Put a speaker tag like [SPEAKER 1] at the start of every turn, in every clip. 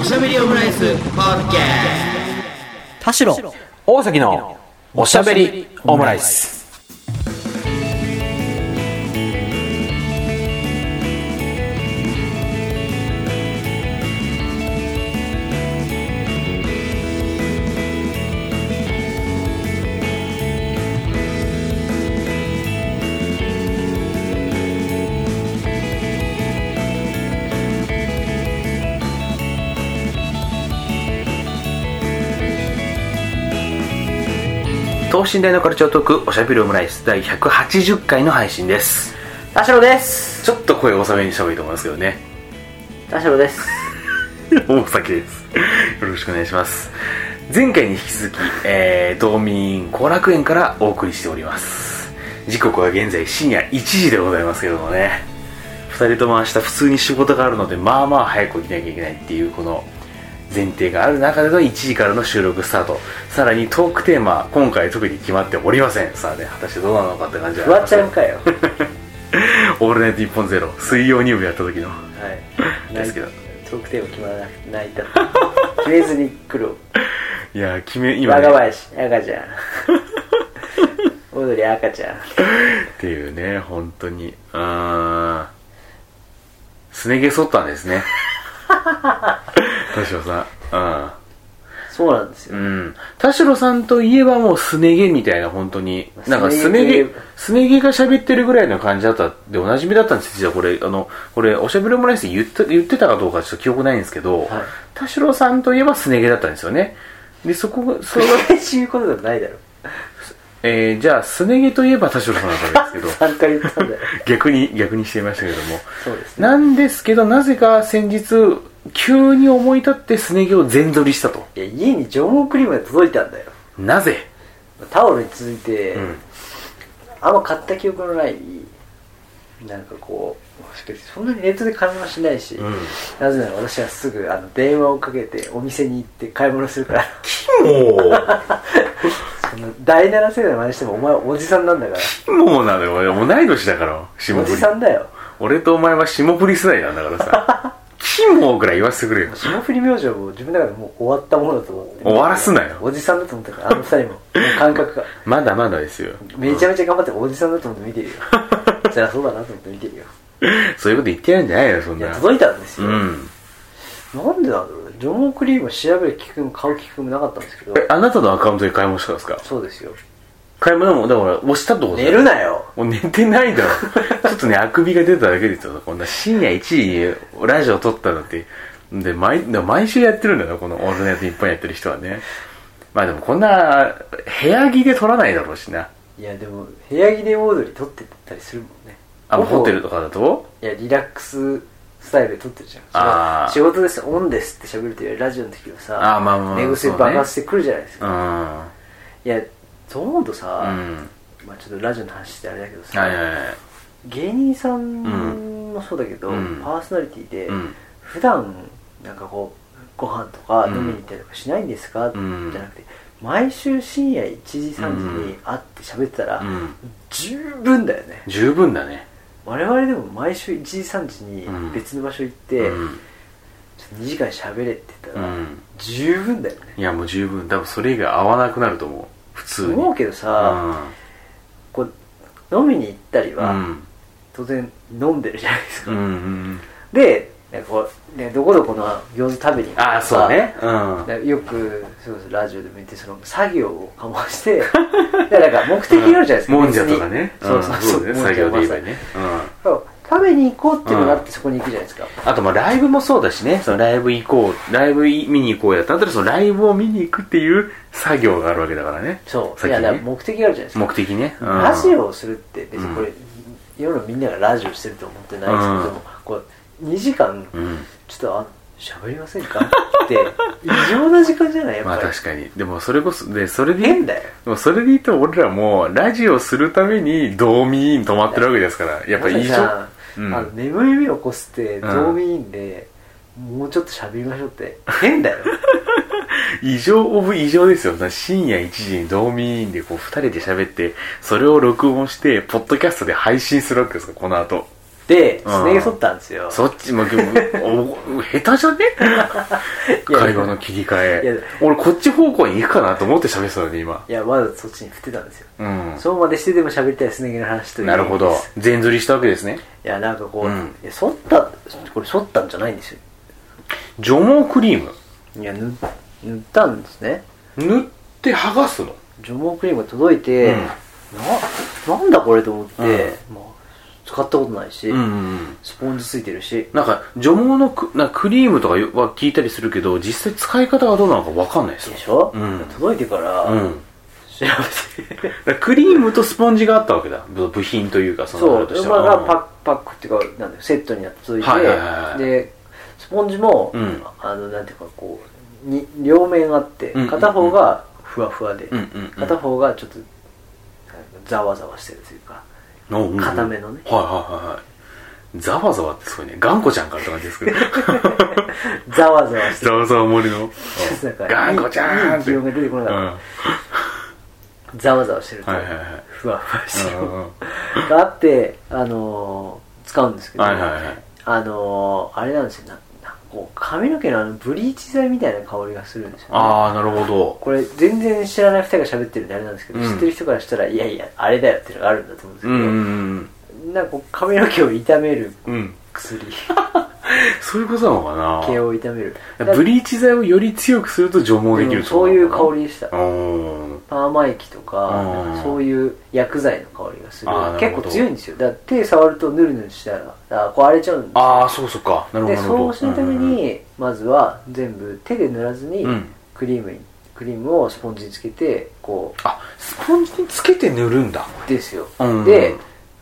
[SPEAKER 1] おしゃべりオムライスポッドキャ
[SPEAKER 2] 田代
[SPEAKER 3] 大崎のおしゃべりオムライス等身大のカルチャートークおしゃべりオムライス第180回の配信です
[SPEAKER 4] 田代です
[SPEAKER 3] ちょっと声を抑めにした方がいいと思いますけどね
[SPEAKER 4] 田代です
[SPEAKER 3] 大崎ですよろしくお願いします前回に引き続き、えー、道民後楽園からお送りしております時刻は現在深夜1時でございますけどもね2人とも明日普通に仕事があるのでまあまあ早く起きなきゃいけないっていうこの前提がある中での1時からの収録スタートさらにトークテーマ今回特に決まっておりませんさあね果たしてどうなのかって感じは
[SPEAKER 4] ふわちゃんかよは
[SPEAKER 3] オールナイト日本ゼロ水曜入部やった時の
[SPEAKER 4] い
[SPEAKER 3] ですけど
[SPEAKER 4] トークテーマ決まらなくて泣いた決めずに来る
[SPEAKER 3] いや決め今、
[SPEAKER 4] 我
[SPEAKER 3] ね、
[SPEAKER 4] が林赤 ちゃんオードリー赤ちゃん
[SPEAKER 3] っていうね本当にうーんすね毛剃ったんですね田代さん
[SPEAKER 4] そうなんです
[SPEAKER 3] う
[SPEAKER 4] よ
[SPEAKER 3] ん、うん、田代さんといえばもうすね毛みたいな本当になんかす
[SPEAKER 4] す
[SPEAKER 3] ね
[SPEAKER 4] ね毛
[SPEAKER 3] 毛すね毛が喋ってるぐらいの感じだったでおなじみだったんです実はこれあのこれおしゃべりオムライスで言って言ってたかどうかちょっと記憶ないんですけど、
[SPEAKER 4] はい
[SPEAKER 3] 田代さんといえばすね毛だったんですよねでそこがそれが
[SPEAKER 4] 繰り返し言うことでもないだろ
[SPEAKER 3] えー、じゃあ、すね毛といえば田代さんだったんです けど、
[SPEAKER 4] 3回言ったんだよ
[SPEAKER 3] 逆に、逆にしていましたけども。
[SPEAKER 4] そうですね
[SPEAKER 3] なんですけど、なぜか先日、急に思い立ってすね毛を全剃りしたと。
[SPEAKER 4] いや家に縄文クリームが届いたんだよ
[SPEAKER 3] なぜ
[SPEAKER 4] タオルに続いて、
[SPEAKER 3] ん
[SPEAKER 4] あんま買った記憶のないなんかこうしかしそんなにネットで買い物しないし、
[SPEAKER 3] ん
[SPEAKER 4] なぜなら私はすぐあの電話をかけてお店に行って買い物するから
[SPEAKER 3] も
[SPEAKER 4] その第7世代の真似してもお前おじさんなんだか
[SPEAKER 3] う、もうなのよ。俺同い年だから、
[SPEAKER 4] ら
[SPEAKER 3] 霜
[SPEAKER 4] お
[SPEAKER 3] 降
[SPEAKER 4] じ
[SPEAKER 3] り。
[SPEAKER 4] さんだよ
[SPEAKER 3] 俺とお前は霜降り世代なんだから さ、キモーぐらい言わせてくれよ。
[SPEAKER 4] 霜降り明星も自分の中でもう終わったものだと思って
[SPEAKER 3] 終わらすなよ
[SPEAKER 4] おじさんだと思ったからあの二人ももう感覚が
[SPEAKER 3] まだまだですよ。
[SPEAKER 4] めちゃめちゃ頑張っておじさんだと思って見 てるよじゃあそうだなと思って見てるよ
[SPEAKER 3] そういうこと言ってないんじゃないよ、そん
[SPEAKER 4] い
[SPEAKER 3] な
[SPEAKER 4] や。届いたんです
[SPEAKER 3] う
[SPEAKER 4] よ、
[SPEAKER 3] ん。
[SPEAKER 4] なんでなんだろうね除毛クリームを調べる聞くも買う聞くもなかったんですけど
[SPEAKER 3] え、あなたのアカウントで買い物したんですか
[SPEAKER 4] そうですよ
[SPEAKER 3] 買い物も、だから、押したってことだ
[SPEAKER 4] 寝
[SPEAKER 3] よ
[SPEAKER 4] るなよ
[SPEAKER 3] もう寝てないだ ろ。ちょっとね、あくびが出ただけですよ。こんな深夜1時にラジオ撮ったなんて。で、毎、毎週やってるんだよ、このオールナイト日本やってる人はね。まあでもこんな、部屋着で撮らないだろうしな。
[SPEAKER 4] いやでも部屋着でオードリー撮ってたりするもんね
[SPEAKER 3] あの、
[SPEAKER 4] ほぼ
[SPEAKER 3] ホテルとかだと
[SPEAKER 4] いやリラックススタイルで撮ってるじゃん
[SPEAKER 3] あー
[SPEAKER 4] 仕事ですオンですって喋るというよりラジオの時はさ
[SPEAKER 3] あーまあまあまあ
[SPEAKER 4] 寝癖
[SPEAKER 3] そうね
[SPEAKER 4] 爆発してくるじゃないです
[SPEAKER 3] う
[SPEAKER 4] か、
[SPEAKER 3] ん。うん。
[SPEAKER 4] いやそう思うとさ、
[SPEAKER 3] は
[SPEAKER 4] まあ、ちょっとラジオの話してあれだけど
[SPEAKER 3] い
[SPEAKER 4] さ、
[SPEAKER 3] はいはい。
[SPEAKER 4] 芸人さんもそうだけど、
[SPEAKER 3] うん
[SPEAKER 4] パーソナリティで、
[SPEAKER 3] うん
[SPEAKER 4] 普段なんかこうご飯とか
[SPEAKER 3] うん
[SPEAKER 4] 飲みに行ったりとかしないんですか、
[SPEAKER 3] ん
[SPEAKER 4] じゃなくて毎週深夜1時3時に会って喋ってたら、
[SPEAKER 3] うん。
[SPEAKER 4] 十分だよね
[SPEAKER 3] 十分だね。
[SPEAKER 4] 我々でも毎週1時3時に別の場所行って、
[SPEAKER 3] うん。
[SPEAKER 4] ちょっと2時間喋れって言った
[SPEAKER 3] う
[SPEAKER 4] ら、
[SPEAKER 3] ん。
[SPEAKER 4] 十分だよね
[SPEAKER 3] いやもう十分。多分それ以外合わなくなると思う。普通に。
[SPEAKER 4] 思うけどさ、こう飲みに行ったり
[SPEAKER 3] うん。う
[SPEAKER 4] は、
[SPEAKER 3] ん。
[SPEAKER 4] 当然飲んでるじゃないですか、
[SPEAKER 3] うんうん。
[SPEAKER 4] でなんかこう、ね、どこどこの餃子食べに行くと
[SPEAKER 3] あ
[SPEAKER 4] か
[SPEAKER 3] あ、そうね。うん。
[SPEAKER 4] だよくそうそうラジオでも言ってその作業をかまして だからなんか目的があるじゃないですか、
[SPEAKER 3] もんじゃとかね。
[SPEAKER 4] 別にそうそうそう,、
[SPEAKER 3] んだね作業で言えばね。
[SPEAKER 4] 食べに行こうっていうのがあってそこに行くじゃないですか、
[SPEAKER 3] うん。あと、まあ、ライブもそうだしね。そのライブ行こう、ライブ見に行こうやった後で、そのライブを見に行くっていう作業があるわけだからね。
[SPEAKER 4] そう、
[SPEAKER 3] 先
[SPEAKER 4] い
[SPEAKER 3] に
[SPEAKER 4] や
[SPEAKER 3] ね
[SPEAKER 4] だから目的があるじゃないですか
[SPEAKER 3] 目的ね。うん
[SPEAKER 4] ラジオをするって別にこれ、世のみんながラジオしてると思ってないですけども、
[SPEAKER 3] うん
[SPEAKER 4] こう2時間、
[SPEAKER 3] うん。
[SPEAKER 4] ちょっとあ喋りませんかって異常な時間じゃないやっ
[SPEAKER 3] まあ
[SPEAKER 4] ぱり、
[SPEAKER 3] 確かに。でもそれこそ、で、それで、
[SPEAKER 4] 変だよ
[SPEAKER 3] でもそれで言っても俺らも、ラジオするために、道民に泊まってるわけですから、やっぱいいじ
[SPEAKER 4] まさに
[SPEAKER 3] ゃ
[SPEAKER 4] さ
[SPEAKER 3] うん
[SPEAKER 4] あの眠い目を起こして道民員で、もうちょっと喋りましょうって変だよ
[SPEAKER 3] 異常オブ異常ですよ。深夜1時に道民員でこう2人で喋って、それを録音して、ポッドキャストで配信するわけですから、この後。
[SPEAKER 4] って、
[SPEAKER 3] うん
[SPEAKER 4] 繋げそったんですよ。
[SPEAKER 3] そっちも、でもお下手じゃね
[SPEAKER 4] いや
[SPEAKER 3] 会話の切り替
[SPEAKER 4] いや
[SPEAKER 3] え。俺、こっち方向に行くかなと思って喋ってたのに、今。
[SPEAKER 4] いや、まだそっちに振ってたんですよ。
[SPEAKER 3] うん。
[SPEAKER 4] そうまでしてでも喋りたいすね毛の話という。
[SPEAKER 3] なるほど。全釣りしたわけですね。
[SPEAKER 4] いや、なんかこう、
[SPEAKER 3] うん
[SPEAKER 4] いや、剃った、これ剃ったんじゃないんですよ。
[SPEAKER 3] 除毛クリーム。
[SPEAKER 4] いや、塗塗ったんですね。
[SPEAKER 3] 塗って剥がすの。
[SPEAKER 4] 除毛クリームが届いて、な、なんだこれと思って、
[SPEAKER 3] う
[SPEAKER 4] まあ、使ったことないし、
[SPEAKER 3] ん。
[SPEAKER 4] スポンジついてるし、
[SPEAKER 3] なんか、除毛のクなんかクリームとかは聞いたりするけど、実際使い方がどうなのかわかんないですよ
[SPEAKER 4] で。しょ、
[SPEAKER 3] うん
[SPEAKER 4] 届いてから、
[SPEAKER 3] うん。
[SPEAKER 4] 調べて、
[SPEAKER 3] だからクリームとスポンジがあったわけだ。部部品というか、その
[SPEAKER 4] そ
[SPEAKER 3] あれとし
[SPEAKER 4] う、
[SPEAKER 3] て
[SPEAKER 4] ま
[SPEAKER 3] は
[SPEAKER 4] あ、パック、パックっていうか、なんだよセットになってついて、
[SPEAKER 3] はいはいはいはい
[SPEAKER 4] で、スポンジも、
[SPEAKER 3] うん
[SPEAKER 4] あの、なんていうか、こう、に両面あって、
[SPEAKER 3] うんうんうん
[SPEAKER 4] 片方がふわふわで、
[SPEAKER 3] うんうんうん
[SPEAKER 4] 片方がちょっと、なんかざわざわしてるという
[SPEAKER 3] うんう
[SPEAKER 4] か、
[SPEAKER 3] んうん
[SPEAKER 4] 固めのね
[SPEAKER 3] はいはいはいはい。ざわざわってすごいね。頑固ちゃんからって感じです けど。
[SPEAKER 4] ざわざわして
[SPEAKER 3] ざ
[SPEAKER 4] る。
[SPEAKER 3] わざわ森の。
[SPEAKER 4] なんか
[SPEAKER 3] 頑固ちゃんって。
[SPEAKER 4] いい
[SPEAKER 3] うん。
[SPEAKER 4] 気分が出てこなかっ
[SPEAKER 3] は
[SPEAKER 4] た。ざわざわしてる
[SPEAKER 3] い
[SPEAKER 4] と、
[SPEAKER 3] はいはい。
[SPEAKER 4] ふわふわしてる。
[SPEAKER 3] うん
[SPEAKER 4] があって、あのー使うんですけど、
[SPEAKER 3] はいはいはい。
[SPEAKER 4] あのーあれなんですよななんかこう髪の毛のあのブリーチ剤みたいな香りがするんですよ、ね、
[SPEAKER 3] ああ、なるほど。
[SPEAKER 4] これ全然知らない2人が喋ってるんであれなんですけど、
[SPEAKER 3] うん
[SPEAKER 4] 知ってる人からしたらいやいやあれだよっていうのがあるんだと思うんですけ
[SPEAKER 3] う
[SPEAKER 4] ど、
[SPEAKER 3] んうん
[SPEAKER 4] なんかこう髪の毛を傷める
[SPEAKER 3] うん。うん。
[SPEAKER 4] 薬
[SPEAKER 3] そういうことなのかな
[SPEAKER 4] 毛を傷める
[SPEAKER 3] ブリーチ剤をより強くすると除毛できる
[SPEAKER 4] うんそういう香
[SPEAKER 3] り。
[SPEAKER 4] りでした
[SPEAKER 3] うん。
[SPEAKER 4] パーマ液とか
[SPEAKER 3] うん
[SPEAKER 4] なんかそういう薬剤の香りがする
[SPEAKER 3] あーなる
[SPEAKER 4] 結
[SPEAKER 3] ほど
[SPEAKER 4] 構強いんですよだって手触るとヌルヌルしたらあーこう荒れちゃうんですよ
[SPEAKER 3] ああ、そうそうか。なるほど
[SPEAKER 4] で
[SPEAKER 3] なるほど。
[SPEAKER 4] そうするため
[SPEAKER 3] うんうん
[SPEAKER 4] にまずは全部手で塗らずに
[SPEAKER 3] うん
[SPEAKER 4] クリームにクリームをスポンジにつけてこ
[SPEAKER 3] あ、スポンジにつけて塗るんだ。
[SPEAKER 4] うですよ
[SPEAKER 3] うん
[SPEAKER 4] で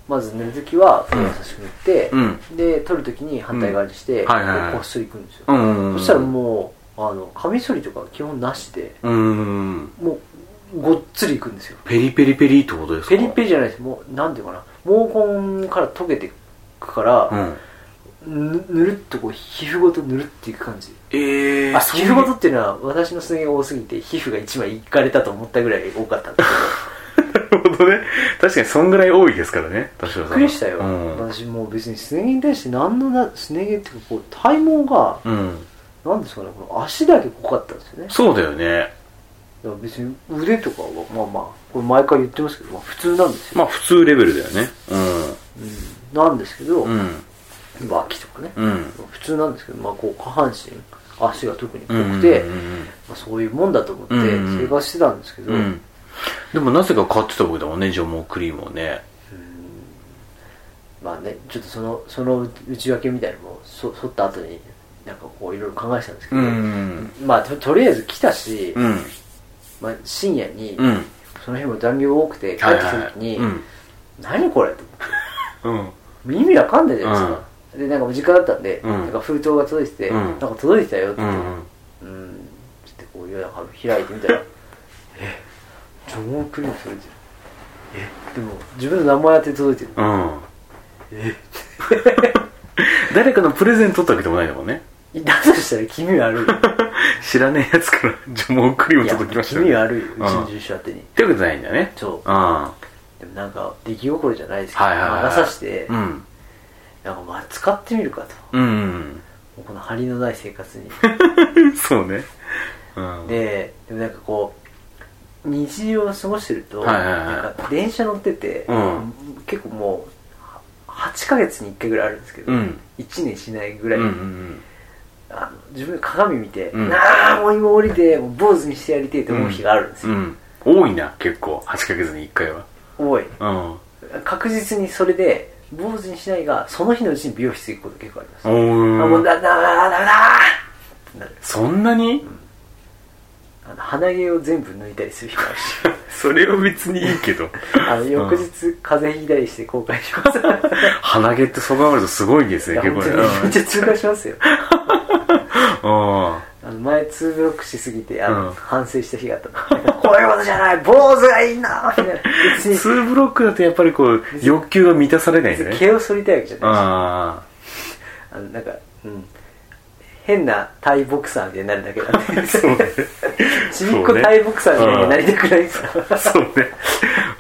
[SPEAKER 4] まず塗るときはこう優しく塗って
[SPEAKER 3] うん。
[SPEAKER 4] で取るときに反対側にして
[SPEAKER 3] うん
[SPEAKER 4] こ
[SPEAKER 3] はいはいはいう
[SPEAKER 4] こっそりいくんですよ
[SPEAKER 3] うんうんうん。
[SPEAKER 4] そしたらもうあのカミソリとか基本なしで
[SPEAKER 3] う。うんうん。
[SPEAKER 4] もうごっつりいくんですよ
[SPEAKER 3] ペリペリペリってことですか
[SPEAKER 4] ペリペリじゃないですもうなんていうかな毛根から溶けていくから
[SPEAKER 3] うん。
[SPEAKER 4] ぬぬるっとこう皮膚ごとぬるっていく感じ
[SPEAKER 3] ええー。
[SPEAKER 4] あ
[SPEAKER 3] そうい
[SPEAKER 4] 皮
[SPEAKER 3] う
[SPEAKER 4] 膚ごとっていうのは私のすね毛が多すぎて皮膚が一枚いかれたと思ったぐらい多かったんです
[SPEAKER 3] なるほどね。確かにそんぐらい多いですからね。確か
[SPEAKER 4] けどびっくりしたよ、
[SPEAKER 3] うん。
[SPEAKER 4] 私もう別にすね毛に対して何のなすね毛っていうかこう体毛が
[SPEAKER 3] うん。
[SPEAKER 4] 何ですかねこの足だけ濃かったんですよね
[SPEAKER 3] そうだよね。
[SPEAKER 4] だから別に腕とかはまあまあこれ毎回言ってますけど、まあ、普通なんですよ、
[SPEAKER 3] まあ普通レベルだよね。う
[SPEAKER 4] うんなんですけど、
[SPEAKER 3] ん。うん。
[SPEAKER 4] 脇とかね、
[SPEAKER 3] うん。
[SPEAKER 4] 普通なんですけど、まあ、こう下半身足が特に濃
[SPEAKER 3] うん
[SPEAKER 4] くて、
[SPEAKER 3] うんうん
[SPEAKER 4] まあ、そういうもんだと思って
[SPEAKER 3] うんうん
[SPEAKER 4] 生活してたんですけど、
[SPEAKER 3] うんうん。でもなぜか買ってたわけだもんね、除毛クリームをね。
[SPEAKER 4] まあね、ちょっとそのその内訳みたいなのもそ剃った後になんかこういろいろ考えてたんですけど、
[SPEAKER 3] ん。
[SPEAKER 4] まあととりあえず来たし、
[SPEAKER 3] うん。
[SPEAKER 4] まあ、深夜に、
[SPEAKER 3] うん。
[SPEAKER 4] その日も残業多くて帰っ
[SPEAKER 3] は
[SPEAKER 4] て
[SPEAKER 3] い
[SPEAKER 4] き
[SPEAKER 3] は
[SPEAKER 4] た
[SPEAKER 3] い
[SPEAKER 4] 時に
[SPEAKER 3] は
[SPEAKER 4] 「
[SPEAKER 3] い
[SPEAKER 4] 何これ?」と思って
[SPEAKER 3] うん。
[SPEAKER 4] 耳わかんないじゃないですか、でなんかもう時間だったんで、
[SPEAKER 3] うん
[SPEAKER 4] なんか封筒が届いてて、
[SPEAKER 3] うん
[SPEAKER 4] なんか届いてたよって
[SPEAKER 3] う
[SPEAKER 4] 言っ
[SPEAKER 3] ん。
[SPEAKER 4] て
[SPEAKER 3] うん。
[SPEAKER 4] うん、ちょっとこういうなんか開いてみた らえジョン・クリーム届いてるえでも自分の名前当て届いてる
[SPEAKER 3] うん。 誰かのプレゼントったわけでもないんだもんね。
[SPEAKER 4] いだとしたら気味 悪いよ
[SPEAKER 3] 知らねえやつから除毛クリーム
[SPEAKER 4] いや、
[SPEAKER 3] 届きました
[SPEAKER 4] 気味悪いよ、うち
[SPEAKER 3] うん
[SPEAKER 4] の住所宛てに。
[SPEAKER 3] ってことじゃないんだよね。
[SPEAKER 4] そう
[SPEAKER 3] うん。は
[SPEAKER 4] でもなんか、出来心じゃないです
[SPEAKER 3] い
[SPEAKER 4] けど、
[SPEAKER 3] はいはい。
[SPEAKER 4] 魔がさして、
[SPEAKER 3] うん。
[SPEAKER 4] なんかまあ、使ってみるかと。
[SPEAKER 3] うん。
[SPEAKER 4] もうこの張りのない生活に。
[SPEAKER 3] そうね。うん。
[SPEAKER 4] で、でもなんかこう、日常を過ごしてると、
[SPEAKER 3] はいはいはい
[SPEAKER 4] なんか電車乗ってて、
[SPEAKER 3] うん
[SPEAKER 4] 結構もう、は8ヶ月に1回ぐらいあるんですけど、
[SPEAKER 3] うん
[SPEAKER 4] 1年しないぐ
[SPEAKER 3] う
[SPEAKER 4] らい、
[SPEAKER 3] んうん
[SPEAKER 4] あの自分で鏡見て、
[SPEAKER 3] うん
[SPEAKER 4] なあ、もう今降りて、もう坊主にしてやりてえと思う日があるんです
[SPEAKER 3] うん。う
[SPEAKER 4] よ。
[SPEAKER 3] ん。多いな、結構。8ヶ月に1回は。
[SPEAKER 4] 多い。
[SPEAKER 3] うん。
[SPEAKER 4] 確実にそれで、坊主にしないが、その日のうちに美容室行くこと結構あります。あ
[SPEAKER 3] お
[SPEAKER 4] もう
[SPEAKER 3] ー。
[SPEAKER 4] だだだだだってなる
[SPEAKER 3] そんなに
[SPEAKER 4] あの鼻毛を全部抜いたりする日もあるし
[SPEAKER 3] それは別にいいけど。
[SPEAKER 4] あの翌日風邪ひいたりして後悔し ます
[SPEAKER 3] 鼻毛ってそこがあるとすごいですね、
[SPEAKER 4] いや
[SPEAKER 3] 結
[SPEAKER 4] 本
[SPEAKER 3] 構
[SPEAKER 4] 当
[SPEAKER 3] ね。
[SPEAKER 4] に
[SPEAKER 3] うん
[SPEAKER 4] めっちゃ痛感しますよ
[SPEAKER 3] うん。
[SPEAKER 4] あの前2ブロックしすぎてあの、
[SPEAKER 3] うん
[SPEAKER 4] 反省した日があった のこういうことじゃない坊主がいいなみたいな別に
[SPEAKER 3] 2ブロックだとやっぱりこう、欲求が満たされないん
[SPEAKER 4] 別
[SPEAKER 3] だ
[SPEAKER 4] に
[SPEAKER 3] ね。
[SPEAKER 4] 毛を剃りたいわけじゃないし
[SPEAKER 3] あ
[SPEAKER 4] あのなんか、うん、変なタイボクサーみたいになるだけなん
[SPEAKER 3] あ。
[SPEAKER 4] で
[SPEAKER 3] そうね。
[SPEAKER 4] ちびっこタイボクサーみたいになりたくないですか
[SPEAKER 3] そうね。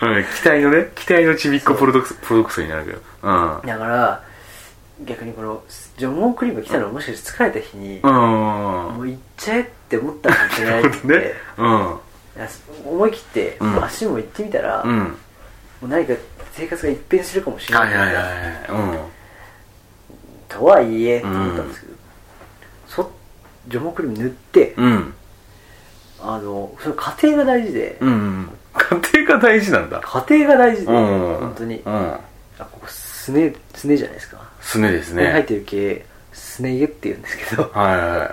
[SPEAKER 3] うん、期待のね、期待のちびっこプロドクス、プロドクスになるけど。うん。
[SPEAKER 4] だから逆にこのジョン・モン・クリーム来たのはもしかして疲れた日に、
[SPEAKER 3] うんうんうん
[SPEAKER 4] もう行っちゃえって思ったかもしれない
[SPEAKER 3] なる
[SPEAKER 4] っ
[SPEAKER 3] ほ
[SPEAKER 4] て、
[SPEAKER 3] ど ねうん
[SPEAKER 4] いや思い切って、
[SPEAKER 3] うん
[SPEAKER 4] もう足も行ってみたら、
[SPEAKER 3] う
[SPEAKER 4] も
[SPEAKER 3] ん
[SPEAKER 4] う何か生活が一変するかもしれ
[SPEAKER 3] は
[SPEAKER 4] ない
[SPEAKER 3] いはいはいうん
[SPEAKER 4] とはいえ、と思ったんですけどそジョン・モン・クリーム塗って、
[SPEAKER 3] うん
[SPEAKER 4] あのその過程が大事で、
[SPEAKER 3] うん家庭が大事なんだ
[SPEAKER 4] 過程が大事で、
[SPEAKER 3] うん
[SPEAKER 4] 本当に
[SPEAKER 3] うん
[SPEAKER 4] あここすねすねじゃないですか
[SPEAKER 3] すねです
[SPEAKER 4] ここに入っ
[SPEAKER 3] ね
[SPEAKER 4] てる系すね毛って言うんですけど
[SPEAKER 3] はいはいはい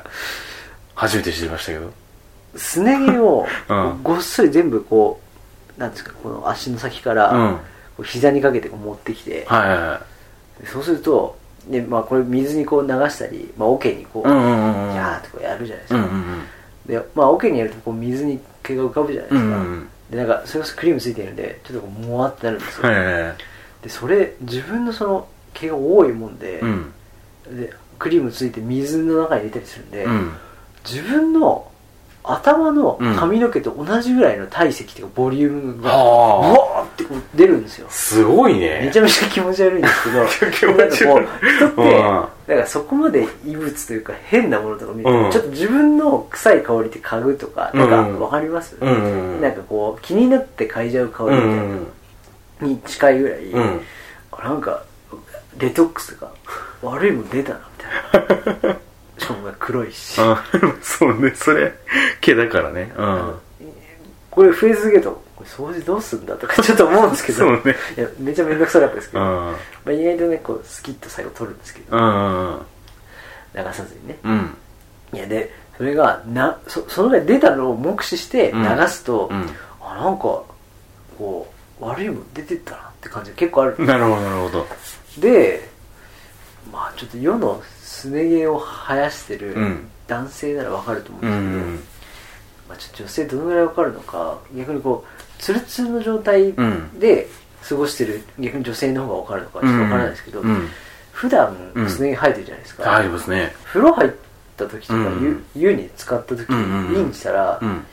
[SPEAKER 3] 初めて知りましたけど
[SPEAKER 4] すね毛を
[SPEAKER 3] うん
[SPEAKER 4] ごっそり全部こうなんですかこの足の先か
[SPEAKER 3] うん
[SPEAKER 4] ら
[SPEAKER 3] は
[SPEAKER 4] こう膝にかけてこう持ってきて
[SPEAKER 3] い、はいはい
[SPEAKER 4] そうすると、ねまあ、これ水にこう流したり、まあ、桶にこう、
[SPEAKER 3] う
[SPEAKER 4] ギ
[SPEAKER 3] んうんうんうん
[SPEAKER 4] ャーってこうやるじゃないです
[SPEAKER 3] う
[SPEAKER 4] か、
[SPEAKER 3] んうん
[SPEAKER 4] でまあ、桶にやるとこう水に毛が浮かぶじゃないで
[SPEAKER 3] う
[SPEAKER 4] す
[SPEAKER 3] んう
[SPEAKER 4] か、
[SPEAKER 3] んうん
[SPEAKER 4] でなんかそれこそクリームついてるんでちょっとこうもわってなるんですよ、
[SPEAKER 3] はいはいはい
[SPEAKER 4] でそれ自分のその毛が多いもんで,、
[SPEAKER 3] うん
[SPEAKER 4] でクリームついて水の中に入れたりするんで、
[SPEAKER 3] うん
[SPEAKER 4] 自分の頭の髪の毛と同じぐらいの体積っていうかボリュームが、う
[SPEAKER 3] はあ
[SPEAKER 4] わーってこう出るんですよ
[SPEAKER 3] すごいね
[SPEAKER 4] めちゃめちゃ気持ち悪いんですけ ど
[SPEAKER 3] 気持ち悪い
[SPEAKER 4] なんかこう人って
[SPEAKER 3] うん
[SPEAKER 4] なんかそこまで異物というか変なものとか見ると、
[SPEAKER 3] うん
[SPEAKER 4] ちょっと自分の臭い香りって嗅ぐとかなんか
[SPEAKER 3] うん
[SPEAKER 4] わかります、
[SPEAKER 3] うんうんうん
[SPEAKER 4] なんかこう気になって嗅いじゃう香
[SPEAKER 3] う
[SPEAKER 4] りみ
[SPEAKER 3] ん
[SPEAKER 4] たいうな、
[SPEAKER 3] ん
[SPEAKER 4] に近いぐらい、
[SPEAKER 3] うんうん
[SPEAKER 4] なんかデトックスとか悪いもん出たなみた いなしかもお前黒いし、
[SPEAKER 3] あそうねそれ毛だからねうん
[SPEAKER 4] これ増え続けるとこれ掃除どうすんだとか ちょっと思うんですけど
[SPEAKER 3] そうね
[SPEAKER 4] いやめちゃめんどくさかったですけ
[SPEAKER 3] う
[SPEAKER 4] ど、ま
[SPEAKER 3] ん
[SPEAKER 4] あ、意外とねこうスキッと最後取るんですけど
[SPEAKER 3] うん
[SPEAKER 4] 流さずにね
[SPEAKER 3] うん
[SPEAKER 4] いやでそれがなそそのぐらい出たのを目視して
[SPEAKER 3] う
[SPEAKER 4] 流
[SPEAKER 3] ん
[SPEAKER 4] すと、
[SPEAKER 3] うん
[SPEAKER 4] あなんかこう悪いもん出てったなって感じが結構ある
[SPEAKER 3] なるほどなるほど
[SPEAKER 4] でまあちょっと世のすね毛を生やしてる
[SPEAKER 3] うん
[SPEAKER 4] 男性ならわかると思うん
[SPEAKER 3] う
[SPEAKER 4] ですけど、
[SPEAKER 3] ん
[SPEAKER 4] まあ、ちょっと女性どのぐらいわかるのか逆にこうツルツルの状態
[SPEAKER 3] うん
[SPEAKER 4] で過ごしてる逆に女性の方がわかるのかちょっとわからないですけど、
[SPEAKER 3] うん
[SPEAKER 4] 普段
[SPEAKER 3] うん
[SPEAKER 4] すね毛生えてるじゃないですか、
[SPEAKER 3] ありますね
[SPEAKER 4] 風呂入った時とか、
[SPEAKER 3] うんうん
[SPEAKER 4] 湯湯に使った時、
[SPEAKER 3] うんうんうん
[SPEAKER 4] インしたら、
[SPEAKER 3] うん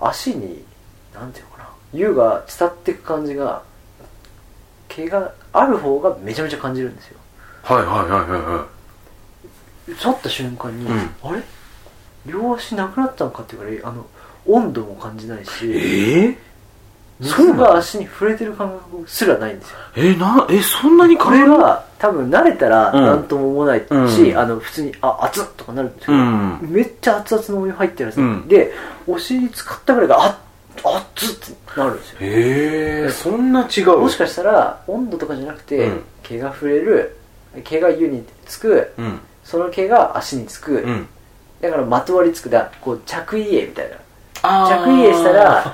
[SPEAKER 4] 足になんていうのかな湯が伝っていく感じが毛がある方がめちゃめちゃ感じるんですよ
[SPEAKER 3] はいはいはいはいは
[SPEAKER 4] 去った瞬間に、
[SPEAKER 3] うん
[SPEAKER 4] あれ両足なくなったのかっていうぐらいあの温度も感じない
[SPEAKER 3] い
[SPEAKER 4] し
[SPEAKER 3] えーそう
[SPEAKER 4] 水
[SPEAKER 3] なの
[SPEAKER 4] が足に触れてる感覚すらないんですよ
[SPEAKER 3] えなえそんなに
[SPEAKER 4] こ
[SPEAKER 3] 変え
[SPEAKER 4] れ
[SPEAKER 3] る
[SPEAKER 4] は多分慣れたら
[SPEAKER 3] うん
[SPEAKER 4] 何とも思わないし、
[SPEAKER 3] うん
[SPEAKER 4] あの普通にあ熱っとかなるんですけ
[SPEAKER 3] う
[SPEAKER 4] ど、
[SPEAKER 3] ん
[SPEAKER 4] めっちゃ熱々のお湯入ってるんですよ、
[SPEAKER 3] うん
[SPEAKER 4] でお尻使ったぐらいがあ熱っってなるんですよ
[SPEAKER 3] へえそんな違う
[SPEAKER 4] もしかしたら温度とかじゃなくて、
[SPEAKER 3] うん
[SPEAKER 4] 毛が触れる毛が湯につく
[SPEAKER 3] うん
[SPEAKER 4] その毛が足につ
[SPEAKER 3] う
[SPEAKER 4] く、
[SPEAKER 3] ん
[SPEAKER 4] だからまとわりつくだこう着衣絵みたいな
[SPEAKER 3] あー
[SPEAKER 4] 着衣絵したらジ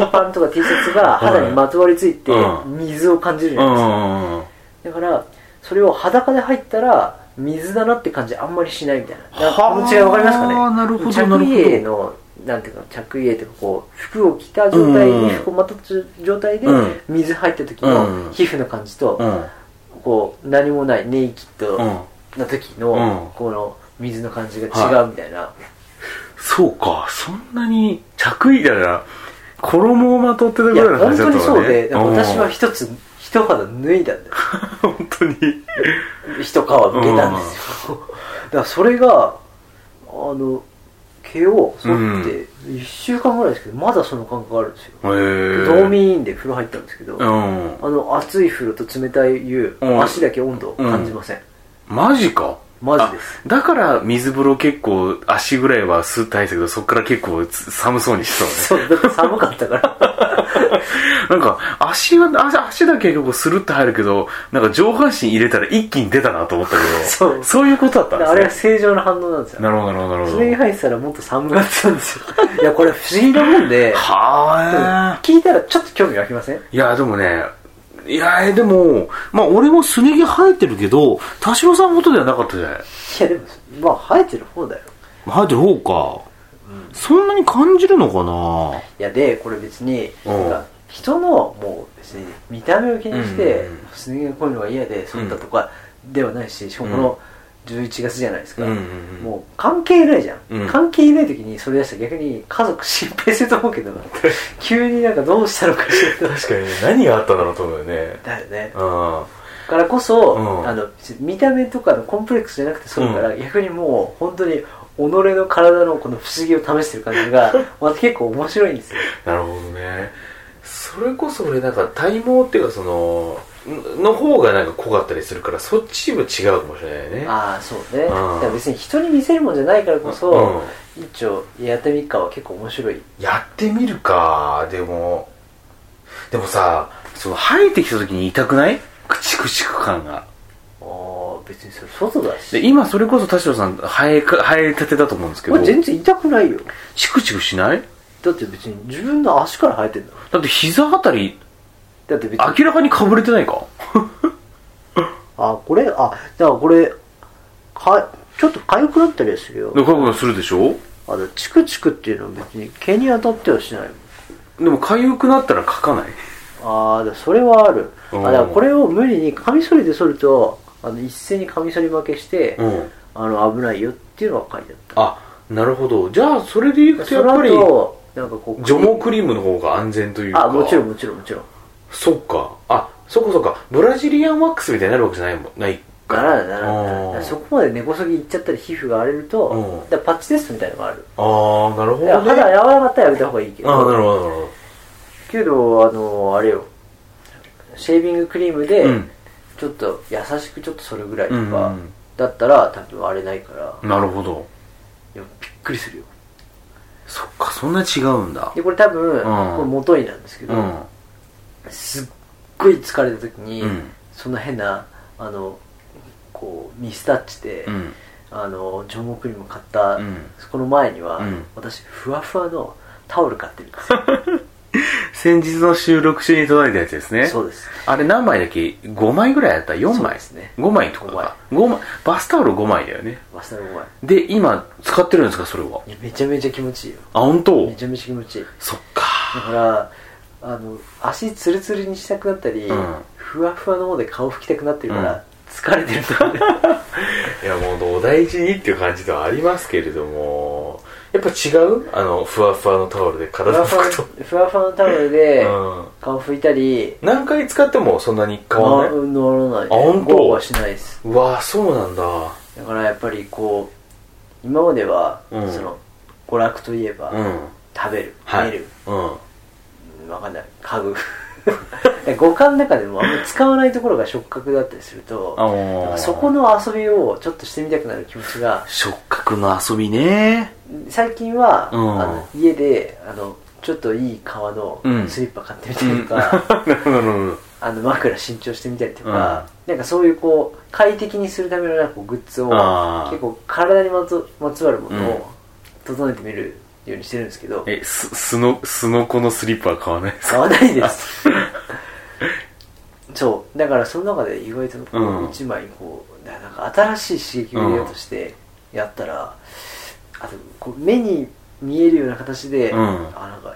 [SPEAKER 4] ーパンとか T シャツが肌にまとわりついて
[SPEAKER 3] うん
[SPEAKER 4] 水を感じるじ
[SPEAKER 3] う
[SPEAKER 4] ゃ
[SPEAKER 3] ん
[SPEAKER 4] な
[SPEAKER 3] う
[SPEAKER 4] いです
[SPEAKER 3] ん
[SPEAKER 4] か、
[SPEAKER 3] うん
[SPEAKER 4] だからそれを裸で入ったら水だなって感じあんまりしないみたいなな
[SPEAKER 3] はあ
[SPEAKER 4] この違い分かりますかね
[SPEAKER 3] なるほど
[SPEAKER 4] 着
[SPEAKER 3] なるほど
[SPEAKER 4] 衣絵のなんていうか着衣絵とかこう服を着た状態
[SPEAKER 3] うん
[SPEAKER 4] に服をまとった状態で
[SPEAKER 3] うん
[SPEAKER 4] 水入った時
[SPEAKER 3] うん
[SPEAKER 4] の皮膚の感じ
[SPEAKER 3] う
[SPEAKER 4] と
[SPEAKER 3] ん
[SPEAKER 4] こう何もないネイキッ
[SPEAKER 3] う
[SPEAKER 4] ド
[SPEAKER 3] ん
[SPEAKER 4] な時
[SPEAKER 3] うん
[SPEAKER 4] のこの水の感じが違うみたいな
[SPEAKER 3] そうかそんなに着衣だから衣をまとってたぐ
[SPEAKER 4] い
[SPEAKER 3] らい
[SPEAKER 4] や
[SPEAKER 3] の
[SPEAKER 4] 本
[SPEAKER 3] 話だ
[SPEAKER 4] 当
[SPEAKER 3] った
[SPEAKER 4] にそうで
[SPEAKER 3] のね
[SPEAKER 4] 私は一つ一肌脱いだんだよ
[SPEAKER 3] うん本 当に
[SPEAKER 4] 一皮むけたんですよだからそれがあの毛を剃って1週間ぐらいですけどまだその感覚があるんですよ
[SPEAKER 3] へえ
[SPEAKER 4] ドーミーインで風呂入ったんですけどあ
[SPEAKER 3] うん
[SPEAKER 4] の熱い風呂と冷たい湯
[SPEAKER 3] うん
[SPEAKER 4] 足だけ温度を感じません
[SPEAKER 3] マジか
[SPEAKER 4] マジです
[SPEAKER 3] だから水風呂結構足ぐらいは吸ったいですけどそっから結構つ寒そうにしてたのね
[SPEAKER 4] そうだって寒かったか ら
[SPEAKER 3] なんか足は足足だけ結構スルッと入るけどなんか上半身入れたら一気に出たなと思ったけど
[SPEAKER 4] そう
[SPEAKER 3] そういうことだった
[SPEAKER 4] あ
[SPEAKER 3] ん
[SPEAKER 4] れ
[SPEAKER 3] で
[SPEAKER 4] は
[SPEAKER 3] す
[SPEAKER 4] 正常な反応なんです
[SPEAKER 3] ねな
[SPEAKER 4] よ
[SPEAKER 3] るほどなるほどなる
[SPEAKER 4] それに
[SPEAKER 3] ほ
[SPEAKER 4] 入ってたらもっと寒がってたんですよいやこれ不思議なもんで
[SPEAKER 3] どはあ
[SPEAKER 4] 聞いたらちょっと興味湧きません
[SPEAKER 3] いやでもねいやでもまあ俺もすね毛生えてるけど田代さんほどではなかったじゃない
[SPEAKER 4] いやでもまあ生えてる方だよ
[SPEAKER 3] 生えてる方か、そんなに感じるのかない
[SPEAKER 4] やでこれ別に
[SPEAKER 3] うん
[SPEAKER 4] なんか人のもう別に見た目を気にして
[SPEAKER 3] うん
[SPEAKER 4] すね毛が濃いのが嫌で剃ったとかではないししかもこの11月じゃないですか、
[SPEAKER 3] うんうんうん
[SPEAKER 4] もう関係ないじゃん、
[SPEAKER 3] うん
[SPEAKER 4] 関係ない時にそれ出したら逆に家族心配すると思う けど急になんかどうしたのかしら
[SPEAKER 3] 確かにね何があったんだろうと思うよね
[SPEAKER 4] だよね
[SPEAKER 3] うん
[SPEAKER 4] からこそ、
[SPEAKER 3] うん
[SPEAKER 4] あの見た目とかのコンプレックスじゃなくてそうだから、
[SPEAKER 3] う
[SPEAKER 4] 逆にもう本当に己の体のこの不思議を試してる感じがまた結構面白いんですよ
[SPEAKER 3] なるほどねそれこそ俺なんか体毛っていうかそのんの方がなんか濃かったりするからそっちも違うかもしれないね
[SPEAKER 4] ああそうね、
[SPEAKER 3] ん
[SPEAKER 4] だから別に人に見せるもんじゃないからこそ、
[SPEAKER 3] ん
[SPEAKER 4] 一丁やってみっかは結構面白い
[SPEAKER 3] やってみるかでもでもさその生えてきた時に痛くないクチクチク感が
[SPEAKER 4] ああ別にそれ外だし
[SPEAKER 3] で今それこそ田代さん生えか生えたてだと思うんですけ
[SPEAKER 4] こ
[SPEAKER 3] ど
[SPEAKER 4] れ全然痛くないよ
[SPEAKER 3] チクチクしない
[SPEAKER 4] だって別に自分の足から生えてんだもん
[SPEAKER 3] だって膝あたり
[SPEAKER 4] だって別に
[SPEAKER 3] 明らかにかぶれてないか
[SPEAKER 4] あこれあだからこれかちょっと痒くなったりはするよ
[SPEAKER 3] でかぶするでしょ
[SPEAKER 4] あのチクチクっていうのは別に毛に当たってはしないもん
[SPEAKER 3] でも痒くなったらかかない
[SPEAKER 4] ああだからそれはあるあ
[SPEAKER 3] うん
[SPEAKER 4] だからこれを無理にカミソリで剃るとあの一斉にカミソリ負けして、
[SPEAKER 3] うん
[SPEAKER 4] あの危ないよっていうのが書いてあった
[SPEAKER 3] あなるほどじゃあそれでいくとや
[SPEAKER 4] そ
[SPEAKER 3] っぱり
[SPEAKER 4] れとなんかこう
[SPEAKER 3] 除毛クリームの方が安全というか
[SPEAKER 4] あもちろんもちろんもちろん
[SPEAKER 3] そっかあそっかそっかブラジリアンワックスみたいになるわけじゃないもんない
[SPEAKER 4] ならないならない
[SPEAKER 3] あー
[SPEAKER 4] だからそこまで根こそぎいっちゃったり皮膚が荒れると
[SPEAKER 3] うん
[SPEAKER 4] だからパッチテストみたいなのがある
[SPEAKER 3] ああなるほど
[SPEAKER 4] だから
[SPEAKER 3] ね
[SPEAKER 4] 肌が柔らかかったらやめた方がいいけど
[SPEAKER 3] ああなるほどなるほ
[SPEAKER 4] けどあのあれよシェービングクリームで、
[SPEAKER 3] どうん
[SPEAKER 4] ちょっと優しくちょっとそれぐらいと
[SPEAKER 3] うんう
[SPEAKER 4] か、
[SPEAKER 3] ん
[SPEAKER 4] だったら多分割れないから
[SPEAKER 3] なるほど
[SPEAKER 4] いやびっくりするよ
[SPEAKER 3] そっかそんな違うんだ
[SPEAKER 4] でこれ多分、
[SPEAKER 3] ん
[SPEAKER 4] これ元になんですけ
[SPEAKER 3] う
[SPEAKER 4] ど、
[SPEAKER 3] ん
[SPEAKER 4] すっごい疲れた時に、
[SPEAKER 3] うん
[SPEAKER 4] その変なあのこうミスタッチで、
[SPEAKER 3] うん
[SPEAKER 4] あのジョンモクリーム買った、
[SPEAKER 3] うん
[SPEAKER 4] そこの前には、
[SPEAKER 3] うん
[SPEAKER 4] 私ふわふわのタオル買ってるんですよ
[SPEAKER 3] 先日の収録中に届いたやつですね
[SPEAKER 4] そうです
[SPEAKER 3] あれ何枚だっけ5枚ぐらいやった4
[SPEAKER 4] そう
[SPEAKER 3] 枚
[SPEAKER 4] ですね
[SPEAKER 3] 5枚とかか5枚バスタオル5枚だよね
[SPEAKER 4] マスターの前
[SPEAKER 3] で今使ってるんですかそれはい
[SPEAKER 4] やめちゃめちゃ気持ちいいよ
[SPEAKER 3] あ本当
[SPEAKER 4] めちゃめちゃ気持ちいい
[SPEAKER 3] そっか
[SPEAKER 4] だからあの足ツルツルにしたくなったり、
[SPEAKER 3] うん
[SPEAKER 4] ふわふわの方で顔拭きたくなってるか
[SPEAKER 3] うん
[SPEAKER 4] ら疲れてると思う
[SPEAKER 3] いやもうお大事にっていう感じではありますけれどもやっぱ違うあのふわふわのタオルで
[SPEAKER 4] ふ
[SPEAKER 3] 体
[SPEAKER 4] わ
[SPEAKER 3] を
[SPEAKER 4] ふ
[SPEAKER 3] 拭
[SPEAKER 4] わの
[SPEAKER 3] くと
[SPEAKER 4] ふわふわのタオルで
[SPEAKER 3] うん
[SPEAKER 4] 顔拭いたり
[SPEAKER 3] 何回使ってもそんなに変わらない
[SPEAKER 4] 乗らない
[SPEAKER 3] あ本当
[SPEAKER 4] ゴーはしないです
[SPEAKER 3] うわあそうなんだ
[SPEAKER 4] だからやっぱりこう今までは、
[SPEAKER 3] うん
[SPEAKER 4] その娯楽といえば、
[SPEAKER 3] うん
[SPEAKER 4] 食べる、
[SPEAKER 3] はい
[SPEAKER 4] 寝る
[SPEAKER 3] うん
[SPEAKER 4] うんわかんない家具五感の中 でもあんまり使わないところが触覚だったりするとなん
[SPEAKER 3] の
[SPEAKER 4] かそこの遊びをちょっとしてみたくなる気持ちが
[SPEAKER 3] 触覚の遊び ね
[SPEAKER 4] 最近は、
[SPEAKER 3] うん
[SPEAKER 4] あの家であのちょっといい革の
[SPEAKER 3] うん
[SPEAKER 4] スリッパ買ってみた
[SPEAKER 3] う
[SPEAKER 4] り
[SPEAKER 3] ん
[SPEAKER 4] とか、
[SPEAKER 3] なるほどなるほど
[SPEAKER 4] あの枕新調してみたりとか、なんかそういうこう快適にするためのなんかこうグッズを
[SPEAKER 3] あー
[SPEAKER 4] 結構体にまつまつわるもの
[SPEAKER 3] うん
[SPEAKER 4] を整えてみるようにしてるんですけど、
[SPEAKER 3] えすすのすのこのスリッパは買わないです
[SPEAKER 4] 買
[SPEAKER 3] か
[SPEAKER 4] わないです そうだからその中で意外と
[SPEAKER 3] う
[SPEAKER 4] こ
[SPEAKER 3] ん
[SPEAKER 4] う一枚こう、ななんか新しい刺激を入れようとしてやったら、あとこう目に見えるような形で、
[SPEAKER 3] うん
[SPEAKER 4] あなんか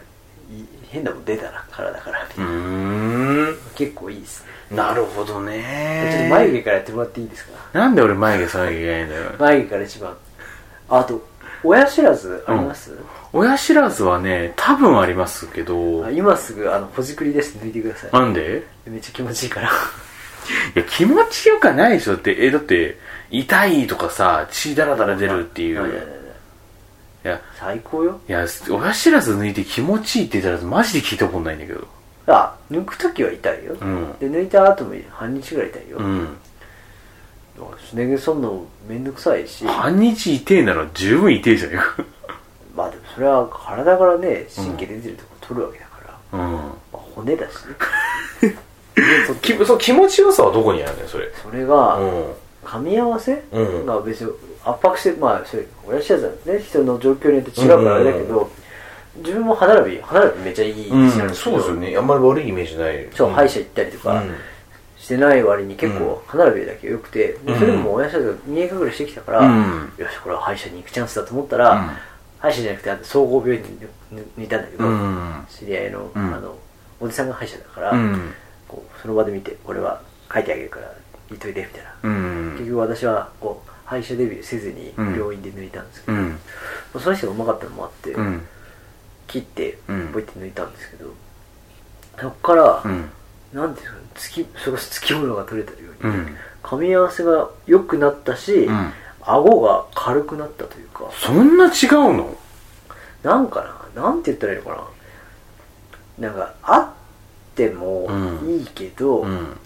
[SPEAKER 4] い変なもん出たな体からみた
[SPEAKER 3] う
[SPEAKER 4] いな、
[SPEAKER 3] ーん
[SPEAKER 4] 結構いいですね
[SPEAKER 3] なるほど
[SPEAKER 4] ちょっ
[SPEAKER 3] ね
[SPEAKER 4] と眉毛からやってもらっていいですか
[SPEAKER 3] なんで俺眉毛さなきゃいけないんだよ
[SPEAKER 4] 眉毛から一番あと親知らずあります、
[SPEAKER 3] 親知らずはね多分ありますけど
[SPEAKER 4] あ今すぐあのほじくりです抜いてくださ
[SPEAKER 3] なんで
[SPEAKER 4] いめっちゃ気持ちいいから
[SPEAKER 3] いや気持ちよくはないでしょだってえだって痛いとかさ血だらだら出るってい
[SPEAKER 4] ややや
[SPEAKER 3] う
[SPEAKER 4] や
[SPEAKER 3] いや
[SPEAKER 4] 最高よ
[SPEAKER 3] いや親知らず抜いて気持ちいいって言ったらマジで聞いたことないんだけど
[SPEAKER 4] あ抜く時は痛いよ、
[SPEAKER 3] うん
[SPEAKER 4] で抜いた後も半日ぐらい痛いよ、
[SPEAKER 3] う
[SPEAKER 4] だか
[SPEAKER 3] ん
[SPEAKER 4] らすね毛そんのめんどくさいし
[SPEAKER 3] 半日痛えなら十分痛えじゃねえか
[SPEAKER 4] まあでもそれは体からね神経出てるとこ取るわけだから、
[SPEAKER 3] うん
[SPEAKER 4] まあ、骨だしね でそ
[SPEAKER 3] きそう気持ちよさはどこにあるのよそれ
[SPEAKER 4] それが、
[SPEAKER 3] うん
[SPEAKER 4] 噛み合わせ、
[SPEAKER 3] うん
[SPEAKER 4] まあ別に圧迫してまあそれ親知らずなんですね人の状況によって違うからあれだけど、自分も歯並び歯並びめちゃいいし
[SPEAKER 3] うん、
[SPEAKER 4] なんけ
[SPEAKER 3] そう
[SPEAKER 4] ど
[SPEAKER 3] ですよねあんまり悪いイメージない
[SPEAKER 4] そ
[SPEAKER 3] う
[SPEAKER 4] う
[SPEAKER 3] ん
[SPEAKER 4] 歯医者行ったりとか
[SPEAKER 3] うん
[SPEAKER 4] してない割に結構歯並びだけ良くて、で
[SPEAKER 3] うん
[SPEAKER 4] それでも親知らず見え隠れしてきたから、
[SPEAKER 3] うん
[SPEAKER 4] よしこれは歯医者に行くチャンスだと思ったら、
[SPEAKER 3] うん
[SPEAKER 4] 歯医者じゃなくてあの総合病院に抜いたんだけど、
[SPEAKER 3] うん
[SPEAKER 4] 知り合いの,、
[SPEAKER 3] うん
[SPEAKER 4] あのおじさんが歯医者だから、
[SPEAKER 3] うん
[SPEAKER 4] こうその場で見てこれは書いてあげるから言っといてみたいな。
[SPEAKER 3] うん
[SPEAKER 4] 結局私はこう歯医者デビューせずに
[SPEAKER 3] うん
[SPEAKER 4] 病院で抜いたんですけ
[SPEAKER 3] う
[SPEAKER 4] ど、
[SPEAKER 3] ん
[SPEAKER 4] その人がうまかったのもあって、
[SPEAKER 3] うん
[SPEAKER 4] 切って
[SPEAKER 3] うん
[SPEAKER 4] ポイって抜いたんですけどそっから、
[SPEAKER 3] うん
[SPEAKER 4] なんていうんですかねつきそれこそつきものが取れたよう
[SPEAKER 3] う
[SPEAKER 4] に、
[SPEAKER 3] ん
[SPEAKER 4] 噛み合わせが良くなったし、
[SPEAKER 3] うん
[SPEAKER 4] 顎が軽くなったというか
[SPEAKER 3] そんな違うの
[SPEAKER 4] なんかななんて言ったらいいのかななんかあっても
[SPEAKER 3] うん
[SPEAKER 4] いいけど、
[SPEAKER 3] うん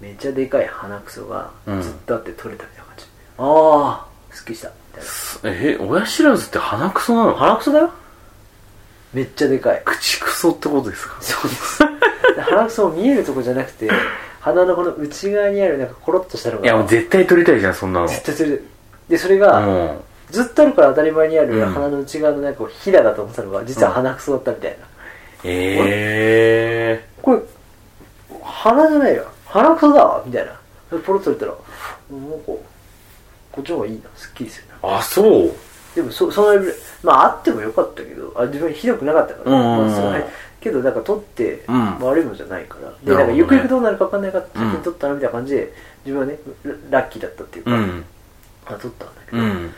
[SPEAKER 4] めっちゃでかい鼻くそが
[SPEAKER 3] うん
[SPEAKER 4] ずっとあって取れたみたいな感じ、ああすっきりしたみたいな
[SPEAKER 3] え親知らずって鼻くそなの
[SPEAKER 4] 鼻くそだよめっちゃでかい
[SPEAKER 3] 口くそってことですか
[SPEAKER 4] そうです。鼻くそも見えるとこじゃなくて、鼻のこの内側にあるなんかコロッとしたのが。
[SPEAKER 3] いやもう絶対取りたいじゃんそ んなの
[SPEAKER 4] 絶対それで。で、それが、
[SPEAKER 3] も
[SPEAKER 4] ずっとあるから当たり前にある
[SPEAKER 3] うん
[SPEAKER 4] 鼻の内側のなんかこうひだだと思ってたのが、実は鼻くそだったみたいな。
[SPEAKER 3] うんえ
[SPEAKER 4] これ、鼻じゃないよ。鼻くそだわみたいな。それポロッと取れたら、なんか、こっちの方がいいな。すっきりするな。
[SPEAKER 3] ー、あそう
[SPEAKER 4] でもそ、そのレベル、まああってもよかったけど、あ自分ひどくなかったから。
[SPEAKER 3] うんうんうん
[SPEAKER 4] まあそれけど、なんか取って、
[SPEAKER 3] うん
[SPEAKER 4] 悪いものじゃないから。で、
[SPEAKER 3] なるほど
[SPEAKER 4] な
[SPEAKER 3] ね
[SPEAKER 4] んかゆくゆくどうなるか分かんないから、
[SPEAKER 3] うん
[SPEAKER 4] 先に取ったなみたいな感じで、自分はね、ララッキーだったっていうか、
[SPEAKER 3] うん
[SPEAKER 4] あ取ったんだけど、
[SPEAKER 3] うん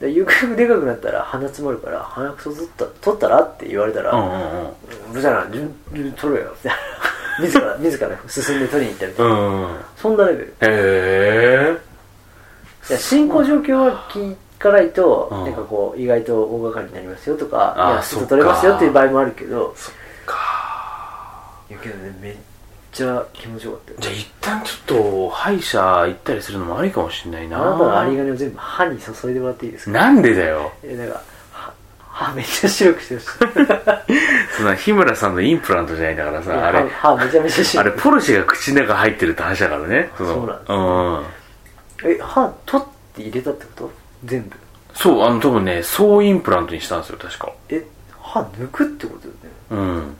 [SPEAKER 4] でゆくゆくでかくなったら鼻詰まるから、鼻くそ取った取ったらって言われたら、
[SPEAKER 3] う
[SPEAKER 4] うん
[SPEAKER 3] んうん
[SPEAKER 4] うるさいな、自分自分取れ よ。みたいな自ら、自ら進んで取りに行ったみた
[SPEAKER 3] う
[SPEAKER 4] いな。
[SPEAKER 3] んうん
[SPEAKER 4] そんなレベル。
[SPEAKER 3] へえ
[SPEAKER 4] いや進行状況は聞かないと、
[SPEAKER 3] うん
[SPEAKER 4] なんかこう意外と大掛かりになりますよとか
[SPEAKER 3] あー
[SPEAKER 4] いやちょ
[SPEAKER 3] そっ
[SPEAKER 4] っと
[SPEAKER 3] か
[SPEAKER 4] 取れますよっていう場合もあるけど
[SPEAKER 3] そっか
[SPEAKER 4] いやけどねめっちゃ気持ちよかったよ
[SPEAKER 3] じゃあ一旦ちょっと歯医者行ったりするのもありかもしれないな
[SPEAKER 4] あなたの針金を全部歯に注いでもらっていいですか
[SPEAKER 3] なんでだよ
[SPEAKER 4] えなんか歯歯めっちゃ白くしてほしい
[SPEAKER 3] そんな日村さんのインプラントじゃないんだからさ あれ
[SPEAKER 4] 歯歯めちゃめちゃ
[SPEAKER 3] あれ
[SPEAKER 4] 白
[SPEAKER 3] ポルシェが口の中入ってるって話だからねの
[SPEAKER 4] そうなんです
[SPEAKER 3] うん
[SPEAKER 4] いえ歯取って入れたってこと全部
[SPEAKER 3] そうあの多分ね総インプラントにしたんですよ確か
[SPEAKER 4] え歯抜くってことだよ
[SPEAKER 3] うん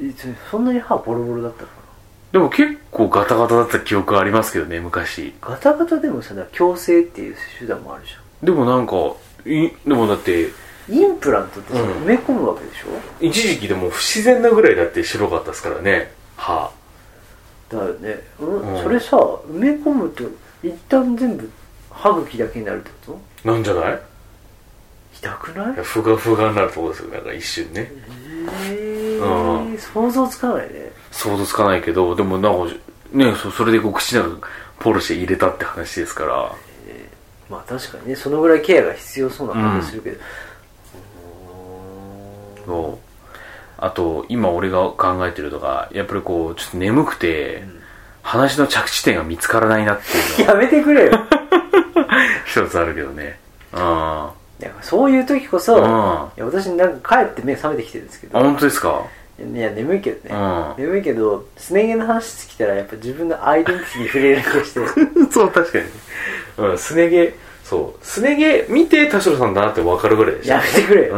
[SPEAKER 4] ねえそそんなに歯ボロボロだったのか
[SPEAKER 3] でも結構ガタガタだった記憶ありますけどね昔
[SPEAKER 4] なガタガタでもさだから矯正っていう手段もあるじゃ
[SPEAKER 3] でもなんかいでもだって
[SPEAKER 4] んインプラントってさ
[SPEAKER 3] うん
[SPEAKER 4] 埋め込むわけでしょ、
[SPEAKER 3] 一時期でも不自然なぐらいだって白かったですからね歯
[SPEAKER 4] だよね、うん
[SPEAKER 3] うん
[SPEAKER 4] それさ埋め込むと一旦全部歯茎だけになるってこと
[SPEAKER 3] なんじゃない
[SPEAKER 4] 痛くない
[SPEAKER 3] いやふがふがになるところですよなんか一瞬ね
[SPEAKER 4] えー、想像つかないね
[SPEAKER 3] 想像つかないけどでもなんかねそそれでこう口の中ポルシェ入れたって話ですから
[SPEAKER 4] まあ確かにねそのぐらいケアが必要そうな感じするけど、うーん
[SPEAKER 3] そうあと今俺が考えてるのがやっぱりこうちょっと眠くて話の着地点が見つからないなっていうのは
[SPEAKER 4] やめてくれよ なんか
[SPEAKER 3] 一つあるけどねあ
[SPEAKER 4] そういう時こそ、
[SPEAKER 3] うん
[SPEAKER 4] いや私なんか帰って目覚めてきてるんですけ
[SPEAKER 3] あ
[SPEAKER 4] ど
[SPEAKER 3] 本当ですか
[SPEAKER 4] いや眠いけどね、
[SPEAKER 3] うん
[SPEAKER 4] 眠いけどすね毛の話してきたらやっぱ自分のアイデンティティに触れる気がして
[SPEAKER 3] そう、確かに。うん、すね毛、そう、すね毛見て田代さんだなって分かるぐらいでした。
[SPEAKER 4] やめてくれよ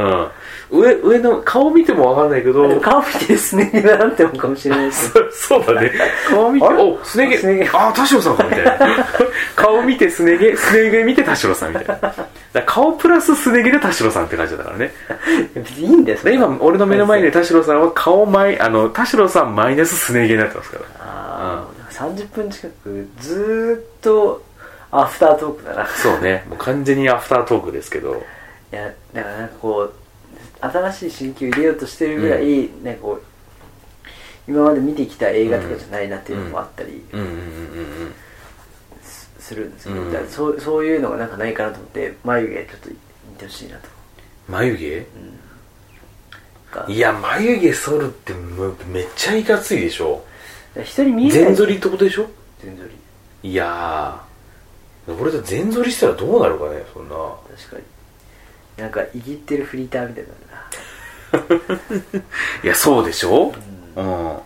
[SPEAKER 3] うん。上、上の、顔見ても分かんないけど、
[SPEAKER 4] でも顔見てすね毛だなって思うかもしれないですけど
[SPEAKER 3] そそうだね。顔見て、
[SPEAKER 4] あれ
[SPEAKER 3] お、すね毛、
[SPEAKER 4] すね毛
[SPEAKER 3] あ、田代さんか、みたいな。顔見てすね毛、すね毛見て田代さん、みたいな。だから顔プラスすね毛で田代さんって感じだからね。
[SPEAKER 4] 別にいいんだよそ
[SPEAKER 3] で、
[SPEAKER 4] れ
[SPEAKER 3] 今、俺の目の前で田代さんは顔マイ、あの、田代さんマイナスすね毛になってますから。
[SPEAKER 4] ああ、30分近くずーっとアフタートークだない
[SPEAKER 3] そうね。もう完全にアフタートークですけど。
[SPEAKER 4] やだからなんかこう新しい新規を入れようとしてるぐらい、なんかこう今まで見てきた映画とかじゃないなっていうのもあったり
[SPEAKER 3] うんうんうんうん。
[SPEAKER 4] するんですけど、
[SPEAKER 3] うん
[SPEAKER 4] だからそうそういうのがなんかないかなと思って眉毛ちょっと見てほしいなと
[SPEAKER 3] 眉毛
[SPEAKER 4] か
[SPEAKER 3] いや眉毛剃るってむめっちゃいかついでしょ
[SPEAKER 4] だから人に見えない
[SPEAKER 3] 全剃りってことでしょ
[SPEAKER 4] 全剃り
[SPEAKER 3] いやー俺と全剃りしたらどうなるかねそんな
[SPEAKER 4] 確かになんかいぎってるフリーターみたいなんだない
[SPEAKER 3] やそうでしょうん、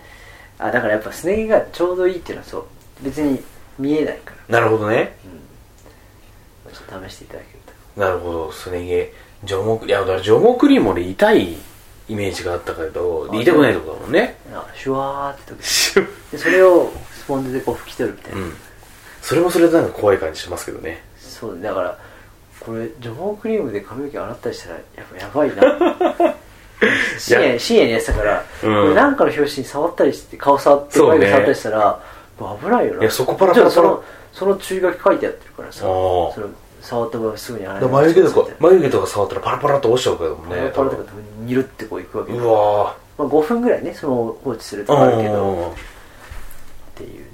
[SPEAKER 4] あだからやっぱスネ毛がちょうどいいっていうのはそう別に見えないから
[SPEAKER 3] なるほどね
[SPEAKER 4] ちょっと試していただけると
[SPEAKER 3] なるほどすね毛除毛いやだから除毛クリーム俺痛いイメージがあったけど
[SPEAKER 4] あ
[SPEAKER 3] 痛くないとこだもんね
[SPEAKER 4] なんかシュワーって時
[SPEAKER 3] しゅ
[SPEAKER 4] でそれをスポンジでこう拭き取るみたいうな、
[SPEAKER 3] んそれもそれでなんか怖い感じしますけどね
[SPEAKER 4] そうだからこれ除毛クリームで髪の毛洗ったりしたらやっぱやばいな 深夜深夜にやってたから、
[SPEAKER 3] うん
[SPEAKER 4] これなんかの拍子に触ったりして顔触って
[SPEAKER 3] そうね
[SPEAKER 4] 眉毛触ったりしたら、もう危ないよないい
[SPEAKER 3] やそこパラパラパラ
[SPEAKER 4] そのその注意書き書いてやってるからさ
[SPEAKER 3] あー
[SPEAKER 4] その触った場合はすぐに洗い
[SPEAKER 3] だから
[SPEAKER 4] 流
[SPEAKER 3] 眉
[SPEAKER 4] して
[SPEAKER 3] 毛
[SPEAKER 4] くだ
[SPEAKER 3] と
[SPEAKER 4] さい
[SPEAKER 3] か眉毛とか触ったらパラパラっと落ちちゃうけども
[SPEAKER 4] パ
[SPEAKER 3] ね
[SPEAKER 4] ラパラとかニュルってこういくわけ
[SPEAKER 3] うわ
[SPEAKER 4] まあ、5分ぐらいねその放置すると
[SPEAKER 3] お
[SPEAKER 4] かあるけど
[SPEAKER 3] ー
[SPEAKER 4] っていう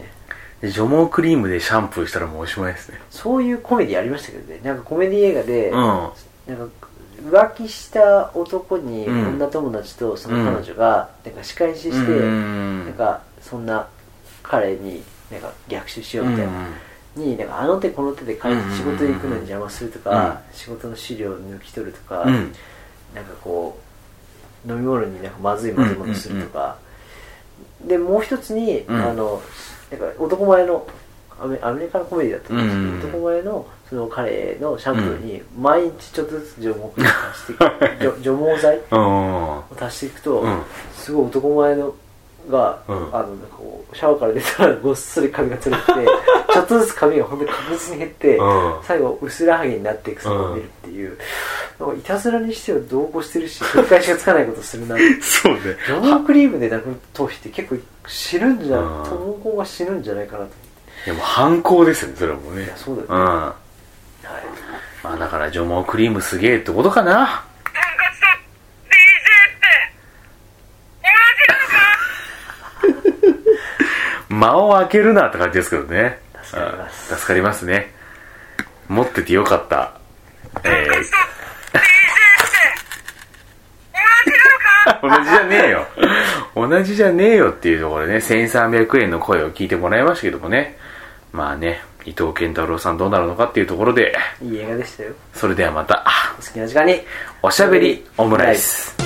[SPEAKER 4] ね
[SPEAKER 3] 除毛クリームでシャンプーしたらもうおしまいですね
[SPEAKER 4] そういうコメディありましたけどねなんかコメディ映画で、
[SPEAKER 3] うんは
[SPEAKER 4] なんか浮気した男に
[SPEAKER 3] うん
[SPEAKER 4] 女友達とその彼女がなんか仕返しして、
[SPEAKER 3] うん
[SPEAKER 4] なんかそんな彼になんか逆襲しようみたいな、になんかあの手この手で彼
[SPEAKER 3] うん
[SPEAKER 4] 仕事行くのに邪魔するとか、仕事の資料を抜き取るとか、
[SPEAKER 3] うん
[SPEAKER 4] なんかこう飲み物になんかまずい混ぜ物するとか、でもう一つに、
[SPEAKER 3] うん
[SPEAKER 4] あのなんか男前のアメアメリカのコメディだったんですけど、
[SPEAKER 3] うんうんうん
[SPEAKER 4] 男前のその彼のシャンプーに毎日ちょっとずつ除毛剤を足していく 除除毛剤
[SPEAKER 3] うん
[SPEAKER 4] を足していくと、
[SPEAKER 3] うん
[SPEAKER 4] すごい男前のが、
[SPEAKER 3] うん
[SPEAKER 4] あのなんかこうシャワーから出たらごっそり髪が つれてちょっとずつ髪が本当に確実に減って、
[SPEAKER 3] うん
[SPEAKER 4] 最後薄らはげになっていく様を見るっていう、なんかいたずらにしては同行してるし取り返しがつかないことするな
[SPEAKER 3] そうね
[SPEAKER 4] ジョンクリームでなく頭皮って結構死ぬんじゃ
[SPEAKER 3] うん
[SPEAKER 4] ない投稿が死ぬんじゃないかなと思って
[SPEAKER 3] でも犯行ですよねそれはもうね
[SPEAKER 4] いやそうだよね
[SPEAKER 3] んま
[SPEAKER 4] はい
[SPEAKER 3] あだから除毛クリームすげえってことかな
[SPEAKER 5] なんかさ、DJ って、同じなのか
[SPEAKER 3] 間を開けるなって感じですけどね
[SPEAKER 4] 助かります
[SPEAKER 3] うん助かりますね持っててよかったえー
[SPEAKER 5] さ、DJ って、同じなのか
[SPEAKER 3] 同じじゃねえよ。同じじゃねえよっていうところでね、1300円の声を聞いてもらいましたけどもね。まあね、伊藤健太郎さんどうなるのかっていうところで、
[SPEAKER 4] いい映画でしたよ
[SPEAKER 3] それではまた、
[SPEAKER 4] お好きな時間に
[SPEAKER 3] おしゃべりオムライス。
[SPEAKER 4] 「